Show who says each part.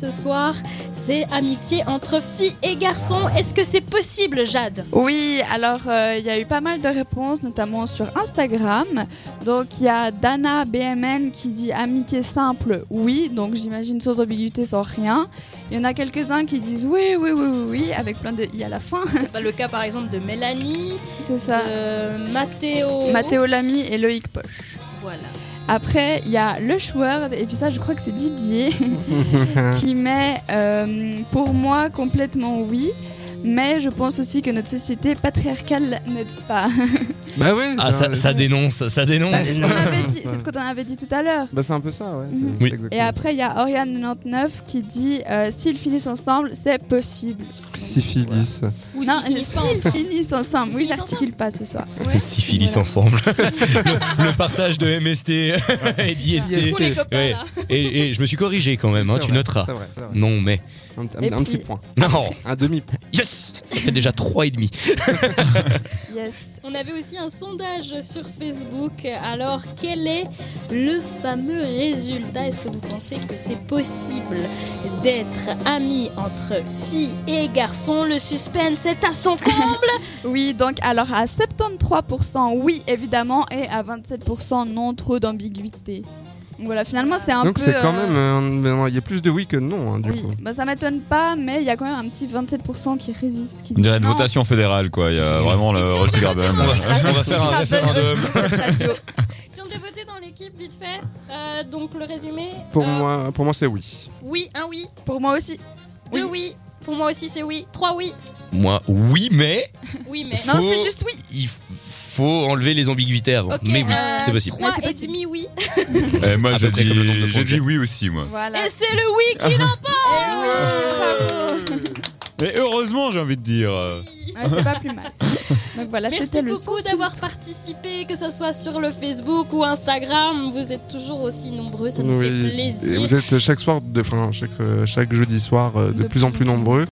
Speaker 1: ce soir, c'est amitié entre filles et garçons. Est-ce que c'est possible, Jade
Speaker 2: Oui, alors euh, il y a eu pas mal de réponses, notamment sur Instagram. Donc il y a Dana BMN qui dit amitié simple, oui, donc j'imagine sans ambiguïté, sans rien. Il y en a quelques-uns qui disent oui, oui, oui, oui, oui, avec plein de i à la fin.
Speaker 1: C'est pas le cas par exemple de Mélanie,
Speaker 2: C'est ça.
Speaker 1: Euh, de Mathéo.
Speaker 2: Mathéo Lamy et Loïc Poche.
Speaker 1: Voilà.
Speaker 2: Après, il y a Lushword, et puis ça, je crois que c'est Didier, qui met euh, pour moi complètement oui. Mais je pense aussi que notre société patriarcale n'aide pas.
Speaker 3: Bah ouais.
Speaker 4: Ah,
Speaker 3: c'est un-
Speaker 4: ça, ça dénonce, ça
Speaker 2: C'est
Speaker 4: dénonce.
Speaker 2: ce qu'on avait dit- c'est ce qu'on avait dit tout à l'heure.
Speaker 3: Bah c'est un peu ça, ouais. c'est-
Speaker 2: Mhm.
Speaker 3: c'est
Speaker 4: Oui.
Speaker 3: exactement
Speaker 2: Et après, il y a Oriane99 qui dit euh, S'ils finissent ensemble, c'est possible.
Speaker 3: ça. Syphilis.
Speaker 1: Ou
Speaker 2: non,
Speaker 1: s'ils
Speaker 2: je-
Speaker 1: finissent pas ensemble.
Speaker 2: s'ils finissent ensemble.
Speaker 1: S'ils
Speaker 2: Oui,
Speaker 1: finissent
Speaker 2: j'articule pas ce soir.
Speaker 4: Les syphilis
Speaker 2: Voilà.
Speaker 4: ensemble. le, le partage de MST
Speaker 1: Du
Speaker 4: et d'IST.
Speaker 1: coup, les copains,
Speaker 4: Ouais.
Speaker 1: là.
Speaker 4: Et, et je me suis corrigé quand même, hein,
Speaker 3: C'est
Speaker 4: tu
Speaker 3: vrai,
Speaker 4: noteras. Mm.
Speaker 3: C'est vrai, c'est vrai. Ah,
Speaker 4: Non, mais.
Speaker 3: Un, un-
Speaker 2: Et
Speaker 3: un
Speaker 2: puis-
Speaker 3: petit point.
Speaker 4: Non
Speaker 3: Un demi-point.
Speaker 4: Yes Ça fait déjà 3,5.
Speaker 2: Yes.
Speaker 1: On avait aussi un sondage sur Facebook. Alors, quel est le fameux résultat Est-ce que vous pensez que c'est possible d'être amis entre filles et garçons Le suspense est à son comble.
Speaker 2: Oui, donc alors à 73%, oui, évidemment, et à 27%, non, trop d'ambiguïté. Voilà, finalement, c'est un
Speaker 3: Donc
Speaker 2: peu.
Speaker 3: c'est quand
Speaker 2: euh,
Speaker 3: même. euh, mais non, Il y a plus de oui que de non, hein, du
Speaker 2: Oui,
Speaker 3: coup.
Speaker 2: bah, ça m'étonne pas, mais il y a quand même un petit 27% qui résiste. Qui
Speaker 5: On dirait une
Speaker 2: non,
Speaker 5: votation fédérale, quoi. Il y a vraiment le
Speaker 1: Et si on
Speaker 5: Roger
Speaker 1: fait
Speaker 5: Graben.
Speaker 1: voter
Speaker 4: On va faire un
Speaker 2: Ah, bonne
Speaker 4: référendum.
Speaker 2: réponse, cette radio.
Speaker 1: si on devait voter dans l'équipe, vite fait, euh, donc le résumé
Speaker 3: Pour
Speaker 1: euh,
Speaker 3: moi, pour moi c'est oui.
Speaker 1: Oui, un oui,
Speaker 2: Pour moi aussi.
Speaker 1: deux oui. Pour moi aussi, c'est oui. Trois oui.
Speaker 4: Moi, oui, mais
Speaker 1: Oui, mais.
Speaker 2: Non,
Speaker 4: Faut-
Speaker 2: c'est juste oui.
Speaker 4: il f- faut enlever les ambiguïtés avant.
Speaker 1: Ok,
Speaker 4: mais oui,
Speaker 1: euh,
Speaker 4: c'est possible.
Speaker 1: Trois
Speaker 2: Mais c'est
Speaker 1: et
Speaker 2: possible.
Speaker 1: demi oui.
Speaker 5: Et Eh, moi,
Speaker 4: À
Speaker 5: j'ai
Speaker 4: peu près
Speaker 5: dit,
Speaker 4: comme le nombre de
Speaker 5: j'ai
Speaker 4: projets.
Speaker 5: dit oui aussi, moi.
Speaker 2: Voilà.
Speaker 1: Et c'est le oui qui
Speaker 2: Bravo.
Speaker 5: Mais heureusement, j'ai envie de dire. euh,
Speaker 1: l'emporte.
Speaker 2: Ouais, c'est pas plus mal. Donc voilà,
Speaker 1: Merci
Speaker 2: Eh Bah, c'était le
Speaker 1: beaucoup d'avoir participé, que ce soit sur le Facebook ou Instagram. Vous êtes toujours aussi nombreux, ça nous
Speaker 3: Oui.
Speaker 1: fait
Speaker 3: Et
Speaker 1: plaisir.
Speaker 3: vous êtes chaque soir, de, enfin chaque, euh, chaque jeudi soir, euh, de,
Speaker 2: De
Speaker 3: plus en plus nombreux.